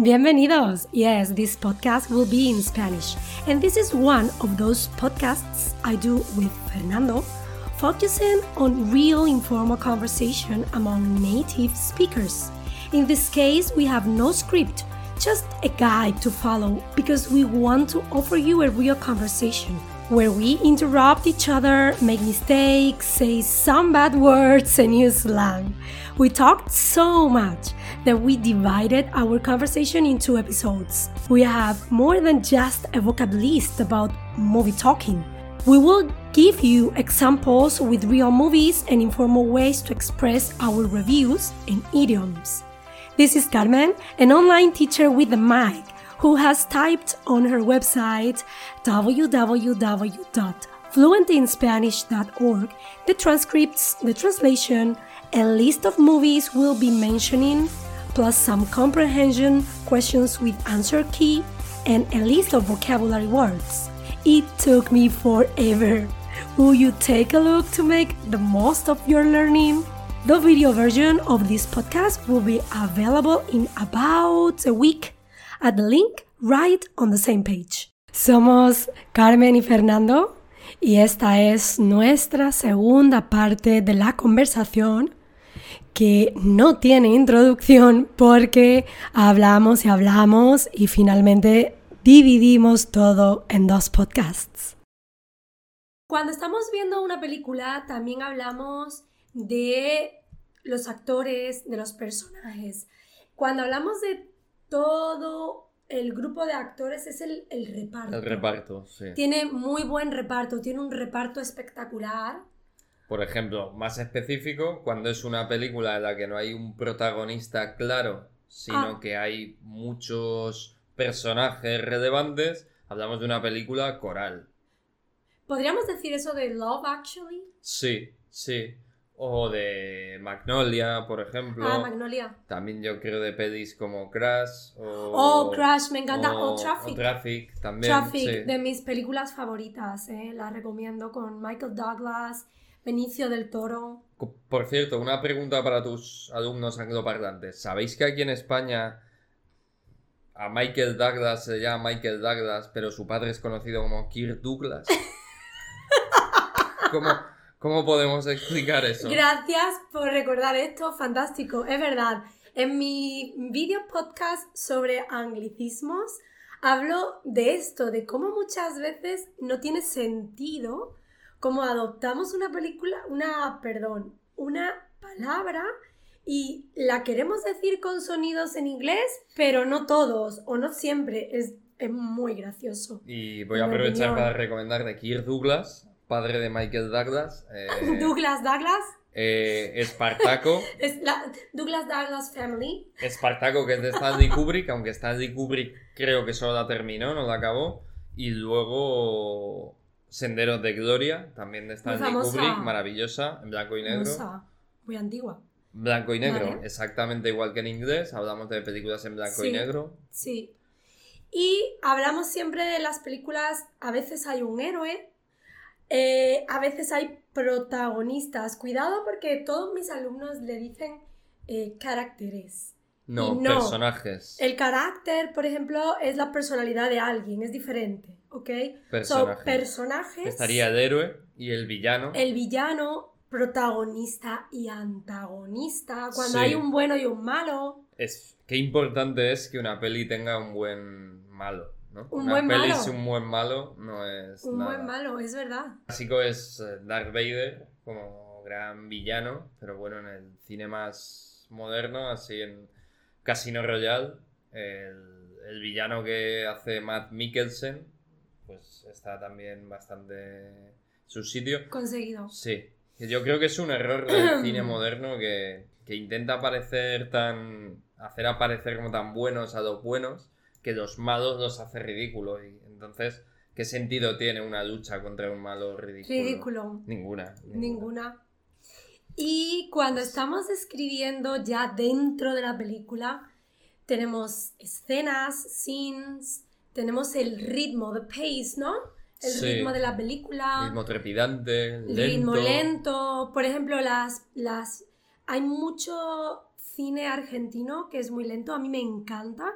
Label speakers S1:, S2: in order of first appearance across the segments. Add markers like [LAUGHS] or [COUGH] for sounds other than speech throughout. S1: Bienvenidos! Yes, this podcast will be in Spanish, and this is one of those podcasts I do with Fernando, focusing on real informal conversation among native speakers. In this case, we have no script, just a guide to follow because we want to offer you a real conversation where we interrupt each other, make mistakes, say some bad words, and use slang. We talked so much that we divided our conversation into episodes. We have more than just a vocab list about movie talking. We will give you examples with real movies and informal ways to express our reviews and idioms. This is Carmen, an online teacher with a mic who has typed on her website www.fluentinspanish.org the transcripts, the translation, a list of movies we'll be mentioning, plus some comprehension questions with answer key, and a list of vocabulary words. It took me forever. Will you take a look to make the most of your learning? The video version of this podcast will be available in about a week at the link right on the same page. Somos Carmen y Fernando y esta es nuestra segunda parte de la conversación que no tiene introducción porque hablamos y hablamos y finalmente dividimos todo en dos podcasts. Cuando estamos viendo una película también hablamos de los actores, de los personajes. Cuando hablamos de todo el grupo de actores es el, el reparto.
S2: El reparto, sí.
S1: Tiene muy buen reparto, tiene un reparto espectacular.
S2: Por ejemplo, más específico, cuando es una película en la que no hay un protagonista claro, sino
S1: Ah.
S2: que hay muchos personajes relevantes, hablamos de una película coral.
S1: ¿Podríamos decir eso de Love Actually?
S2: Sí, sí. O de Magnolia, por ejemplo.
S1: Ah, Magnolia.
S2: También yo creo de pelis como Crash o...
S1: Oh, Crash, me encanta. O Traffic.
S2: Traffic también,
S1: Traffic,
S2: Oh, sí.
S1: de mis películas favoritas, ¿eh? la recomiendo con Michael Douglas, Benicio del Toro.
S2: Co- Por cierto, una pregunta para tus alumnos angloparlantes. ¿Sabéis que aquí en España a Michael Douglas se llama Michael Douglas, pero su padre es conocido como Kirk Douglas? ¿Cómo, cómo podemos explicar eso?
S1: Gracias por recordar esto, fantástico, es verdad. En mi video podcast sobre anglicismos hablo de esto, de cómo muchas veces no tiene sentido cómo adoptamos una película, una, perdón, una palabra y la queremos decir con sonidos en inglés, pero no todos o no siempre. Es, es muy gracioso.
S2: Y voy a
S1: Mi
S2: aprovechar
S1: opinión.
S2: para recomendar de Kirk Douglas, padre de Michael Douglas, eh,
S1: [LAUGHS] Douglas Douglas,
S2: eh, Espartaco,
S1: es la- Douglas Douglas Family.
S2: Espartaco que es de Stanley Kubrick, aunque Stanley Kubrick creo que solo la terminó, no la acabó. Y luego Senderos de Gloria, también de Stanley
S1: famosa.
S2: Kubrick, maravillosa, en blanco y negro.
S1: Hermosa, muy antigua.
S2: Blanco y negro,
S1: Vale.
S2: exactamente igual que en inglés, hablamos de películas en blanco
S1: Sí.
S2: y negro.
S1: Sí. Y hablamos siempre de las películas, a veces hay un héroe, eh, a veces hay protagonistas. Cuidado porque todos mis alumnos le dicen eh, caracteres.
S2: No,
S1: Y no.
S2: personajes.
S1: El carácter, por ejemplo, es la personalidad de alguien, es diferente, ¿ok? Son
S2: Personajes.
S1: personajes,
S2: Estaría el héroe y el villano.
S1: el villano, protagonista y antagonista, cuando
S2: Sí.
S1: hay un bueno y un malo.
S2: Es, qué importante es que una peli tenga un buen malo, ¿no?
S1: Un
S2: una
S1: buen
S2: peli
S1: malo.
S2: sin un buen malo no es
S1: Un
S2: nada.
S1: buen malo, es verdad.
S2: clásico es eh, Darth Vader como gran villano, pero bueno, en el cine más moderno, así en Casino Royale, el, el villano que hace Matt Mikkelsen, pues está también bastante en su sitio.
S1: Conseguido.
S2: Sí, que yo creo que es un error
S1: [CLEARS THROAT]
S2: del cine moderno que, que intenta parecer tan. hacer aparecer como tan buenos a los buenos, que los malos los hace ridículos. Y entonces, ¿qué sentido tiene una lucha contra un malo ridículo?
S1: Ridículo.
S2: Ninguna.
S1: Ninguna. Y cuando estamos escribiendo ya dentro de la película, tenemos escenas, scenes, tenemos el ritmo, the pace, ¿no? El
S2: Sí.
S1: ritmo de la película,
S2: Ritmo trepidante,
S1: el
S2: lento.
S1: ritmo lento. Por ejemplo, las, las... Hay mucho cine argentino que es muy lento, a mí me encanta.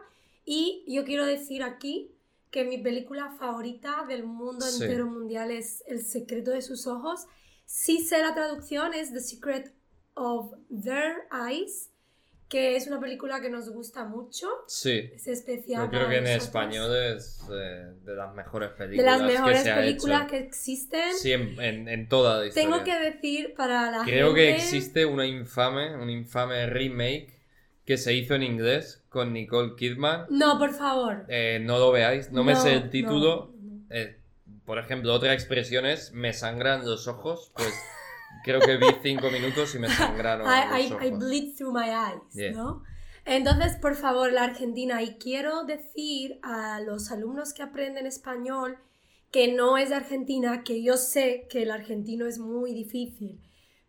S1: Y yo quiero decir aquí que mi película favorita del mundo
S2: Sí.
S1: entero mundial es El secreto de sus ojos. Sí sé la traducción, es The Secret of Their Eyes, que es una película que nos gusta mucho.
S2: Sí.
S1: Es especial.
S2: Yo creo
S1: para
S2: que en
S1: nosotros.
S2: español es eh, de las mejores
S1: De
S2: películas
S1: las mejores
S2: que se ha
S1: películas
S2: hecho.
S1: que existen.
S2: Sí, en, en- en toda la historia.
S1: Tengo que decir para la
S2: Creo
S1: gente.
S2: que existe una infame, un infame remake que se hizo en inglés con Nicole Kidman.
S1: No, por favor.
S2: Eh, no lo veáis, no, me sé el
S1: no,
S2: título.
S1: no.
S2: Eh, por ejemplo, otra expresión es me sangran los ojos. Pues creo que vi cinco
S1: [LAUGHS]
S2: minutos y me sangraron
S1: I,
S2: los
S1: I- I
S2: ojos.
S1: bleed through my eyes,
S2: Yeah.
S1: ¿no? Entonces, por favor, la Argentina, y quiero decir a los alumnos que aprenden español que no es de Argentina, que yo sé que el argentino es muy difícil,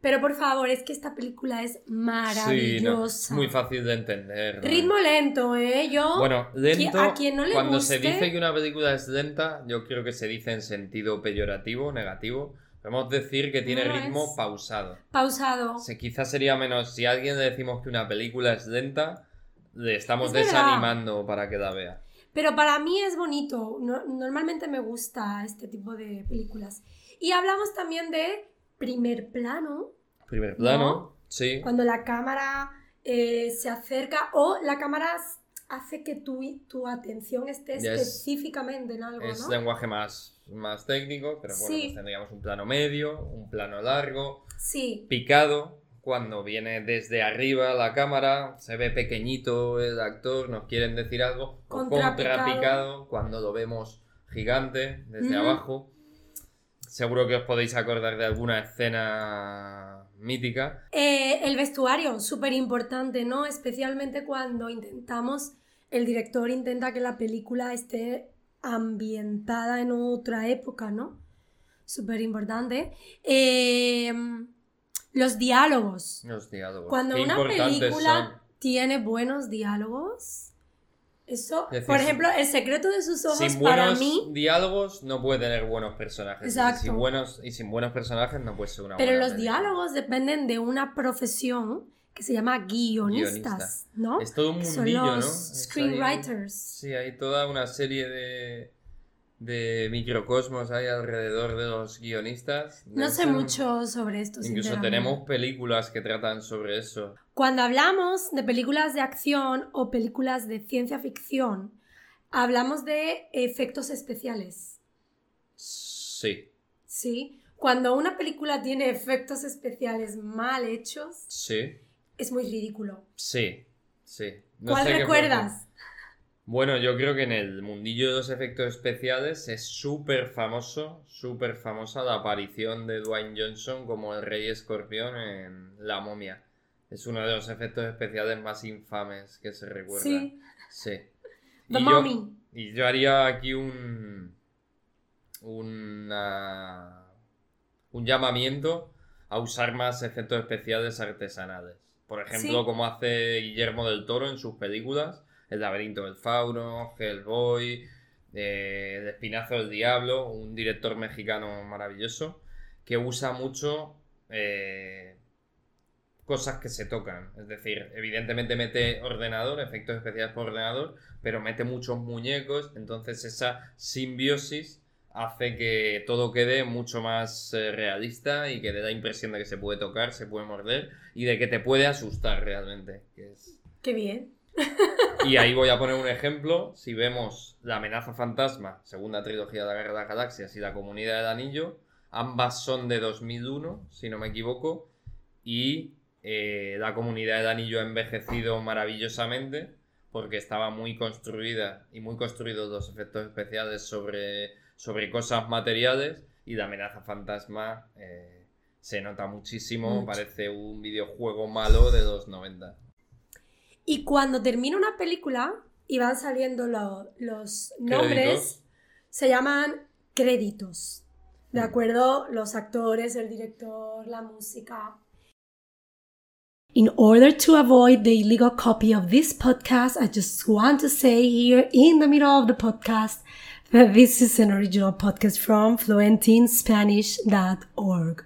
S1: pero por favor, es que esta película es
S2: Sí, no,
S1: maravillosa.
S2: es muy fácil de entender. ¿no?
S1: Ritmo lento, ¿eh? Yo...
S2: Bueno, lento.
S1: a quien no le
S2: cuando se
S1: guste-
S2: dice que una película es lenta, yo creo que se dice en sentido peyorativo, negativo. Podemos decir que tiene
S1: No lo
S2: ritmo
S1: es.
S2: pausado.
S1: Pausado.
S2: Se- quizás sería menos. Si a alguien le decimos que una película es lenta, le estamos
S1: Es verdad.
S2: desanimando para que la vea.
S1: Pero para mí es bonito. no- normalmente me gusta este tipo de películas. Y hablamos también de primer plano,
S2: Primer plano, sí.
S1: cuando la cámara eh, se acerca o la cámara s- hace que tu, tu atención esté
S2: Ya es-
S1: específicamente en algo,
S2: Es
S1: ¿no?
S2: lenguaje más, más técnico, pero bueno,
S1: Sí.
S2: pues tendríamos un plano medio, un plano largo,
S1: Sí,
S2: picado. Cuando viene desde arriba la cámara, se ve pequeñito el actor, nos quieren decir algo. O
S1: Contrapicado.
S2: contrapicado, cuando lo vemos gigante,
S1: Ujú.
S2: desde abajo. Seguro que os podéis acordar de alguna escena mítica.
S1: Eh, el vestuario, súper importante, ¿no? Especialmente cuando intentamos, el director intenta que la película esté ambientada en otra época, ¿no? Súper importante. Eh, los diálogos.
S2: Los diálogos.
S1: Cuando
S2: Qué
S1: una
S2: importantes
S1: película tiene buenos diálogos, eso,
S2: Es decir,
S1: por ejemplo, el secreto de sus
S2: son.
S1: ojos
S2: Sin
S1: para
S2: buenos
S1: mí,
S2: diálogos no puede tener buenos personajes.
S1: Exacto.
S2: Y sin buenos, y sin buenos personajes no puede ser una
S1: pero
S2: buena
S1: los
S2: película.
S1: diálogos dependen de una profesión que se llama guionistas, ¿no?
S2: Es todo un
S1: Que
S2: mundillo,
S1: son
S2: ¿no?
S1: los
S2: Es ahí-
S1: screenwriters.
S2: sí, hay toda una serie de, de microcosmos ahí alrededor de los guionistas.
S1: No
S2: Debe
S1: sé
S2: ser un-
S1: mucho sobre esto.
S2: Incluso
S1: sinceramente.
S2: tenemos películas que tratan sobre eso.
S1: Cuando hablamos de películas de acción o películas de ciencia ficción, hablamos de efectos especiales,
S2: Sí,
S1: ¿sí? Cuando una película tiene efectos especiales mal hechos,
S2: sí,
S1: es muy ridículo.
S2: sí, sí. No
S1: ¿Cuál
S2: sé qué
S1: recuerdas?
S2: Bueno, yo creo que en el mundillo de los efectos especiales es súper famoso, súper famosa la aparición de Dwayne Johnson como el Rey Escorpión en La Momia. Es uno de los efectos especiales más infames que se recuerda.
S1: Sí,
S2: Sí.
S1: The
S2: Y yo-
S1: Mummy.
S2: y yo haría aquí un. Una, un llamamiento a usar más efectos especiales artesanales. Por ejemplo,
S1: Sí.
S2: como hace Guillermo del Toro en sus películas: El Laberinto del Fauno, Hellboy, eh, El Espinazo del Diablo, un director mexicano maravilloso que usa mucho eh, cosas que se tocan. Es decir, evidentemente mete ordenador, efectos especiales por ordenador, pero mete muchos muñecos, entonces esa simbiosis hace que todo quede mucho más eh, realista y que te da impresión de que se puede tocar, se puede morder y de que te puede asustar realmente. que es-
S1: Qué bien.
S2: Y ahí voy a poner un ejemplo, si vemos La amenaza fantasma, segunda trilogía de la Guerra de las Galaxias y La Comunidad del Anillo, ambas son de 2001, si no me equivoco, y eh, La Comunidad del Anillo ha envejecido maravillosamente porque estaba muy construida y muy construidos los efectos especiales sobre, sobre cosas materiales y la amenaza fantasma eh, se nota muchísimo,
S1: Mucho.
S2: parece un videojuego malo de los 90.
S1: Y cuando termina una película y van saliendo lo- los nombres,
S2: Créditos.
S1: se llaman créditos. ¿De
S2: Mm.
S1: acuerdo? Los actores, el director, la música. In order to avoid the illegal copy of this podcast, I just want to say here in the middle of the podcast that this is an original podcast from fluentinsspanish.org.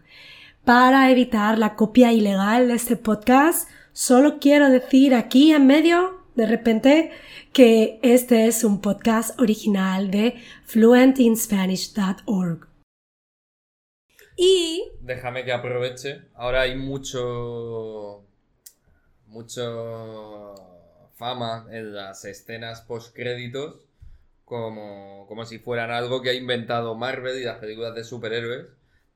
S1: Para evitar la copia ilegal de este podcast, solo quiero decir aquí en medio de repente que este es un podcast original de fluentinspanish.org. Y
S2: Déjame que aproveche. Ahora hay mucho. mucho fama en las escenas postcréditos. Como, como si fueran algo que ha inventado Marvel y las películas de superhéroes.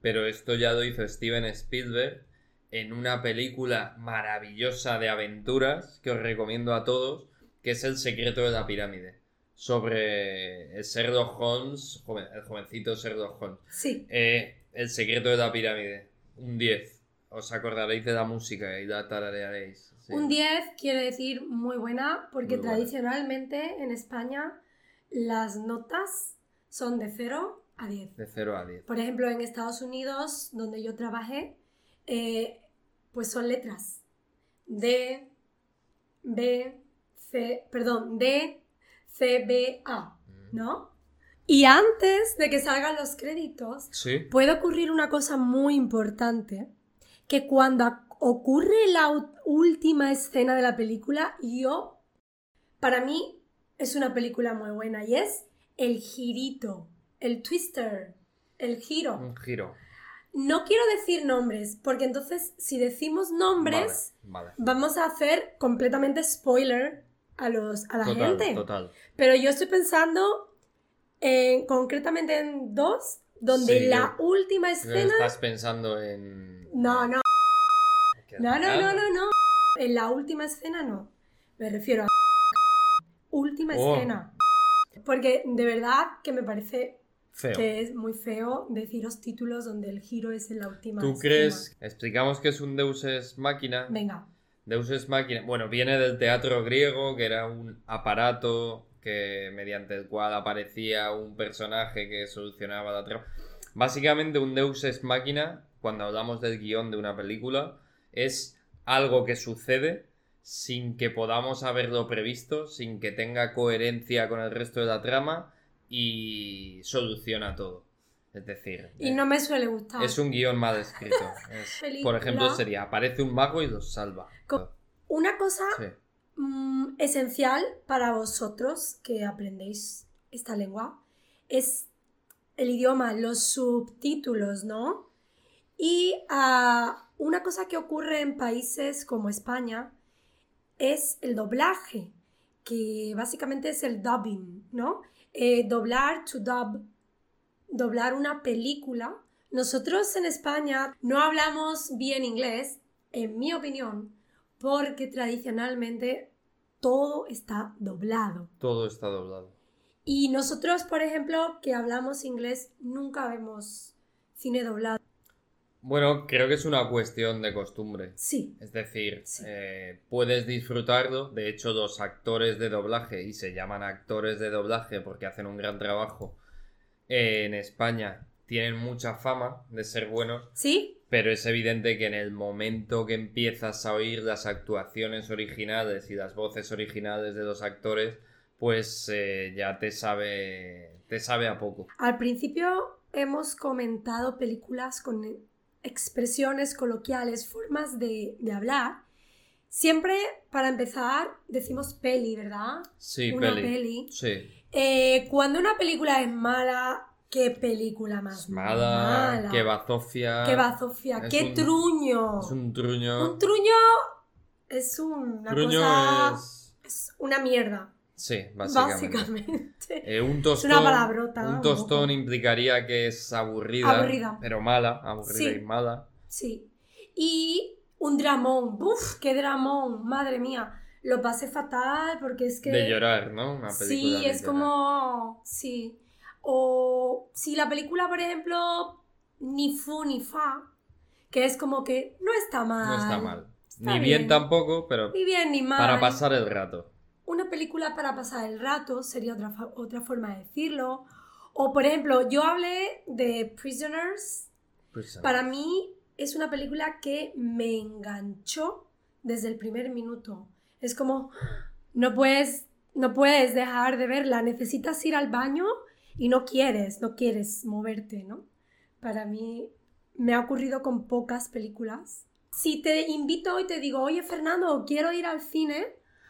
S2: Pero esto ya lo hizo Steven Spielberg en una película maravillosa de aventuras que os recomiendo a todos, que es El secreto de la pirámide. Sobre el Sherlock Holmes, joven- el jovencito Sherlock Holmes.
S1: sí,
S2: Eh, el secreto de la pirámide. Un 10. Os acordaréis de la música y la tararearéis. Sí.
S1: un 10 quiere decir muy buena porque
S2: Muy buena.
S1: tradicionalmente en España las notas son de 0 a 10.
S2: De 0 a 10.
S1: Por ejemplo, en Estados Unidos, donde yo trabajé, eh, pues son letras. D, B, C, perdón, D, C, B, A,
S2: Mm.
S1: ¿no? Y antes de que salgan los créditos,
S2: Sí.
S1: puede ocurrir una cosa muy importante, que cuando ac- ocurre la u- última escena de la película, yo, para mí, es una película muy buena y es el girito, el twister, el giro.
S2: Un giro.
S1: No quiero decir nombres, porque entonces si decimos nombres,
S2: Vale. vale.
S1: vamos a hacer completamente spoiler a, los, a la
S2: Total,
S1: gente.
S2: total.
S1: Pero yo estoy pensando en- concretamente en dos, donde
S2: Sí,
S1: la
S2: yo-
S1: última
S2: Creo
S1: escena...
S2: que Estás pensando en.
S1: No, no,
S2: Que-
S1: no, no,
S2: Ah,
S1: no, no, no. En la última escena no. Me refiero a... Última
S2: Oh.
S1: escena. Porque de verdad que me parece
S2: Feo.
S1: que es muy feo deciros títulos donde el giro es en la última
S2: ¿Tú
S1: escena.
S2: crees? Explicamos que es un Deus es máquina.
S1: Venga.
S2: Deus es máquina. Bueno, viene del teatro griego, que era un aparato que mediante el cual aparecía un personaje que solucionaba la trama. Básicamente, un Deus es máquina, cuando hablamos del guión de una película, es algo que sucede sin que podamos haberlo previsto, sin que tenga coherencia con el resto de la trama y soluciona todo. Es decir,
S1: Y
S2: eh,
S1: no me suele gustar.
S2: es un guión mal
S1: [LAUGHS]
S2: escrito. Es- por
S1: Película.
S2: ejemplo, sería, aparece un mago y los salva.
S1: Co- Una cosa
S2: Sí.
S1: mm, esencial para vosotros que aprendéis esta lengua es el idioma, los subtítulos, ¿no? Y ah, una cosa que ocurre en países como España es el doblaje, que básicamente es el dubbing, ¿no? Eh, doblar to dub, doblar una película. Nosotros en España no hablamos bien inglés, en mi opinión, porque tradicionalmente todo está doblado.
S2: Todo está doblado.
S1: Y nosotros, por ejemplo, que hablamos inglés, nunca vemos cine doblado.
S2: Bueno, creo que es una cuestión de costumbre.
S1: Sí,
S2: Es decir,
S1: Sí.
S2: eh, puedes disfrutarlo. De hecho, los actores de doblaje, y se llaman actores de doblaje porque hacen un gran trabajo eh, en España, tienen mucha fama de ser buenos,
S1: sí,
S2: pero es evidente que en el momento que empiezas a oír las actuaciones originales y las voces originales de los actores, pues eh, ya te sabe, te sabe a poco.
S1: Al principio hemos comentado películas con expresiones coloquiales, formas de, de hablar. Siempre, para empezar, decimos peli, ¿verdad?
S2: Sí,
S1: una
S2: peli.
S1: peli.
S2: Sí.
S1: Eh, cuando una película es mala, ¿qué película más
S2: Mala,
S1: mala?
S2: que bazofia.
S1: ¿Qué va, Sofía?
S2: Ah, Es
S1: ¿Qué
S2: un-
S1: truño?
S2: Es un truño.
S1: Un truño es una
S2: truño
S1: cosa...
S2: es.
S1: es una mierda,
S2: Sí, básicamente.
S1: básicamente. [LAUGHS]
S2: Eh, un
S1: Es
S2: tostón.
S1: una palabrota.
S2: Un
S1: un
S2: tostón
S1: poco.
S2: implicaría que es aburrida.
S1: Aburrida.
S2: Pero mala, aburrida
S1: Sí.
S2: y mala.
S1: Sí. Y un dramón. ¡Buf! ¡Qué dramón! Madre mía. Lo pasé fatal porque es que.
S2: De llorar, ¿no? Una película.
S1: Sí,
S2: de
S1: es
S2: llorar.
S1: como. Sí. O si la película, por ejemplo, ni fu ni fa, que es como que no está mal.
S2: No está mal.
S1: Está
S2: Ni bien, tampoco, pero
S1: Ni bien ni mal.
S2: para pasar el rato.
S1: Una película para pasar el rato sería otra, fa- otra forma de decirlo. O, por ejemplo, yo hablé de Prisoners
S2: Pues,
S1: Para mí es una película que me enganchó desde el primer minuto. Es como, no puedes, no puedes dejar de verla, necesitas ir al baño y no quieres, no quieres moverte, ¿no? Para mí me ha ocurrido con pocas películas. Si te invito y te digo, oye Fernando, quiero ir al cine,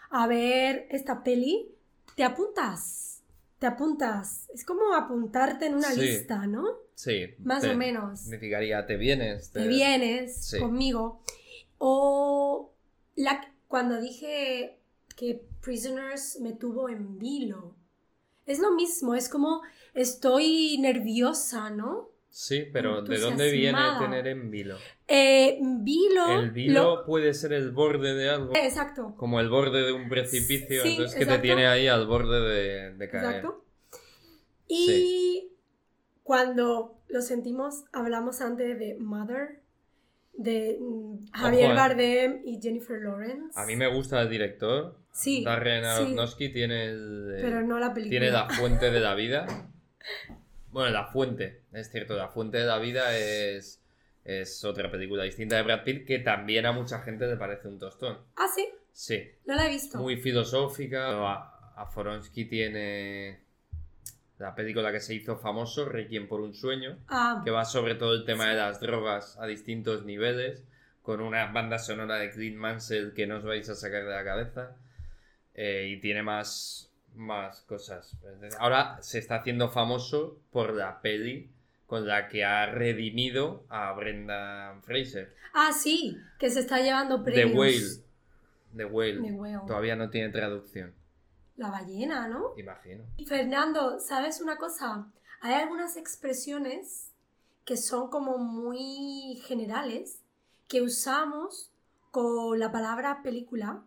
S1: a ver esta peli, te apuntas. Te apuntas. Es como apuntarte en una
S2: Sí.
S1: lista, ¿no?
S2: Sí.
S1: Más
S2: te-
S1: o menos.
S2: Significaría te vienes.
S1: Te vienes
S2: Sí.
S1: conmigo. O la, cuando dije que Prisoners me tuvo en vilo. Es lo mismo, es como estoy nerviosa, ¿no?
S2: Sí, pero ¿de dónde viene
S1: Entusiasmada.
S2: tener en vilo?
S1: Eh, vilo.
S2: El vilo puede ser el borde de algo,
S1: lo- exacto.
S2: como el borde de un precipicio,
S1: Sí,
S2: entonces que te
S1: exacto.
S2: tiene ahí al borde de, de caer.
S1: Exacto. Y
S2: Sí.
S1: cuando lo sentimos, hablamos antes de Mother, de mm, Javier
S2: eh.
S1: Bardem y Jennifer Lawrence.
S2: A mí me gusta el director.
S1: Sí,
S2: Darren
S1: sí,
S2: Aronofsky tiene el,
S1: pero no la película.
S2: tiene la
S1: [LAUGHS]
S2: fuente de la vida. Bueno, la fuente, es cierto, la fuente de la vida es es otra película distinta de Brad Pitt que también a mucha gente le parece un tostón.
S1: Ah, sí,
S2: Sí,
S1: no la he visto.
S2: muy filosófica. A, a Foronsky tiene la película que se hizo famoso, Requiem por un sueño,
S1: Ah,
S2: que va sobre todo el tema de las drogas a distintos niveles, con una banda sonora de Clint Mansell que no os vais a sacar de la cabeza, eh, y tiene más, más cosas. Ahora se está haciendo famoso por la peli con la que ha redimido a Brendan Fraser.
S1: ah, sí, que se está llevando
S2: The
S1: premios.
S2: Whale. The Whale.
S1: The Whale.
S2: Todavía no tiene traducción,
S1: La ballena, ¿no?
S2: imagino.
S1: Fernando, ¿sabes una cosa? Hay algunas expresiones que son como muy generales que usamos con la palabra película,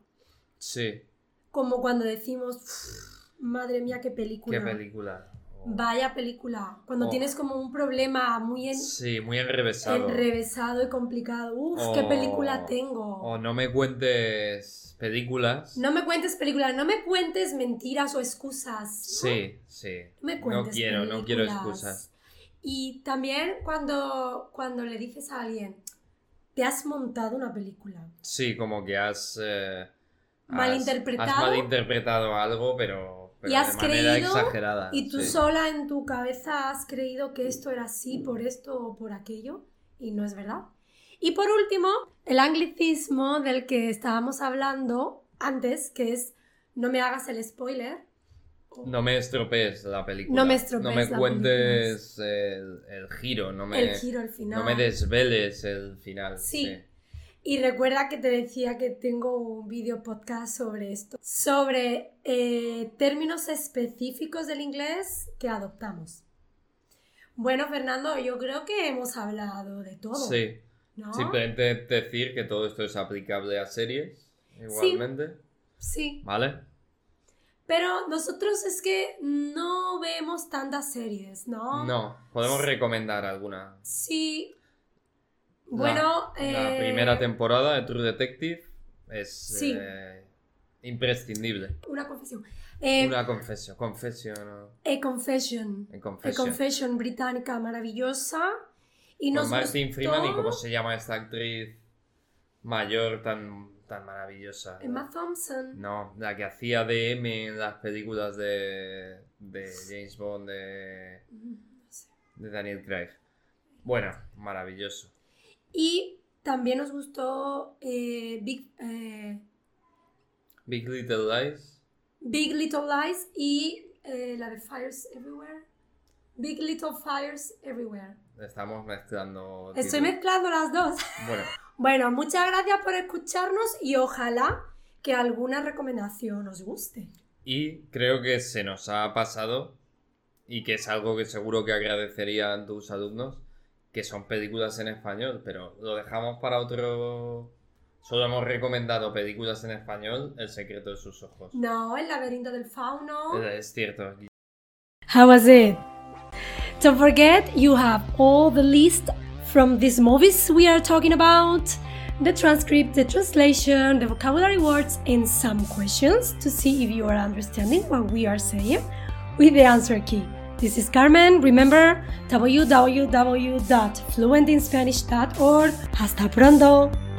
S2: Sí,
S1: como cuando decimos, "Uf, madre mía, qué película.
S2: qué película. Oh.
S1: Vaya película. Cuando
S2: Oh.
S1: tienes como un problema muy en-
S2: Sí, muy enrevesado.
S1: enrevesado y complicado. Uf, qué
S2: Oh.
S1: película tengo.
S2: O no me cuentes películas.
S1: No me cuentes película, no me cuentes mentiras o excusas.
S2: Sí, sí.
S1: No me cuentes.
S2: No quiero, no quiero
S1: películas.
S2: excusas.
S1: Y también cuando, cuando le dices a alguien, te has montado una película.
S2: Sí, como que has, eh, has-
S1: Malinterpretado.
S2: Has malinterpretado algo, pero, pero
S1: Y has
S2: de manera
S1: creído,
S2: exagerada.
S1: Y tú
S2: Ah, sí.
S1: sola en tu cabeza has creído que esto era así por esto o por aquello, y no es verdad. Y por último, el anglicismo del que estábamos hablando antes, que es no me hagas el spoiler. o
S2: No me estropees la película.
S1: No me estropees
S2: No me
S1: la
S2: cuentes el, el giro, no me,
S1: el giro al final.
S2: no me desveles el final.
S1: Sí. Y recuerda que te decía que tengo un video podcast sobre esto, sobre eh, términos específicos del inglés que adoptamos. Bueno, Fernando, yo creo que hemos hablado de todo, Ah.
S2: Sí.
S1: ¿no?
S2: Simplemente decir que todo esto es aplicable a series, igualmente.
S1: Sí,
S2: ¿Vale?
S1: pero nosotros es que no vemos tantas series, ¿no?
S2: No, podemos recomendar alguna.
S1: Sí.
S2: La-
S1: Bueno,
S2: La
S1: eh,
S2: primera temporada de True Detective es
S1: Sí.
S2: eh, imprescindible.
S1: Una confesión. Eh,
S2: Una confesión, confesión, ¿no?
S1: A Confession.
S2: En
S1: A
S2: confesión.
S1: Confession británica maravillosa. Y nos
S2: Con Martin
S1: gustó-
S2: Freeman y cómo se llama esta actriz mayor tan, tan maravillosa.
S1: Emma Thompson.
S2: No, la que hacía de M en las películas de, de James Bond, de,
S1: Mm, no sé.
S2: de Daniel Craig. Bueno, maravilloso.
S1: Y también nos gustó eh, Big, eh,
S2: Big Little Lies.
S1: Big Little Lies y eh, la de Fires Everywhere. Big Little Fires Everywhere.
S2: Estamos mezclando.
S1: Estoy
S2: títulos.
S1: mezclando las dos. [LAUGHS]
S2: Bueno,
S1: Bueno, muchas gracias por escucharnos y ojalá que alguna recomendación os guste.
S2: Y creo que se nos ha pasado, y que es algo que seguro que agradecerían tus alumnos, que son películas en español, pero lo dejamos para otro... Solo hemos recomendado películas en español, El secreto de sus ojos.
S1: No, el laberinto del fauno.
S2: Es cierto.
S1: How was it? Don't forget, you have all the list from these movies we are talking about the transcript, the translation, the vocabulary words, and some questions to see if you are understanding what we are saying with the answer key. This is Carmen. Remember www.fluentinspanish.org. Hasta pronto!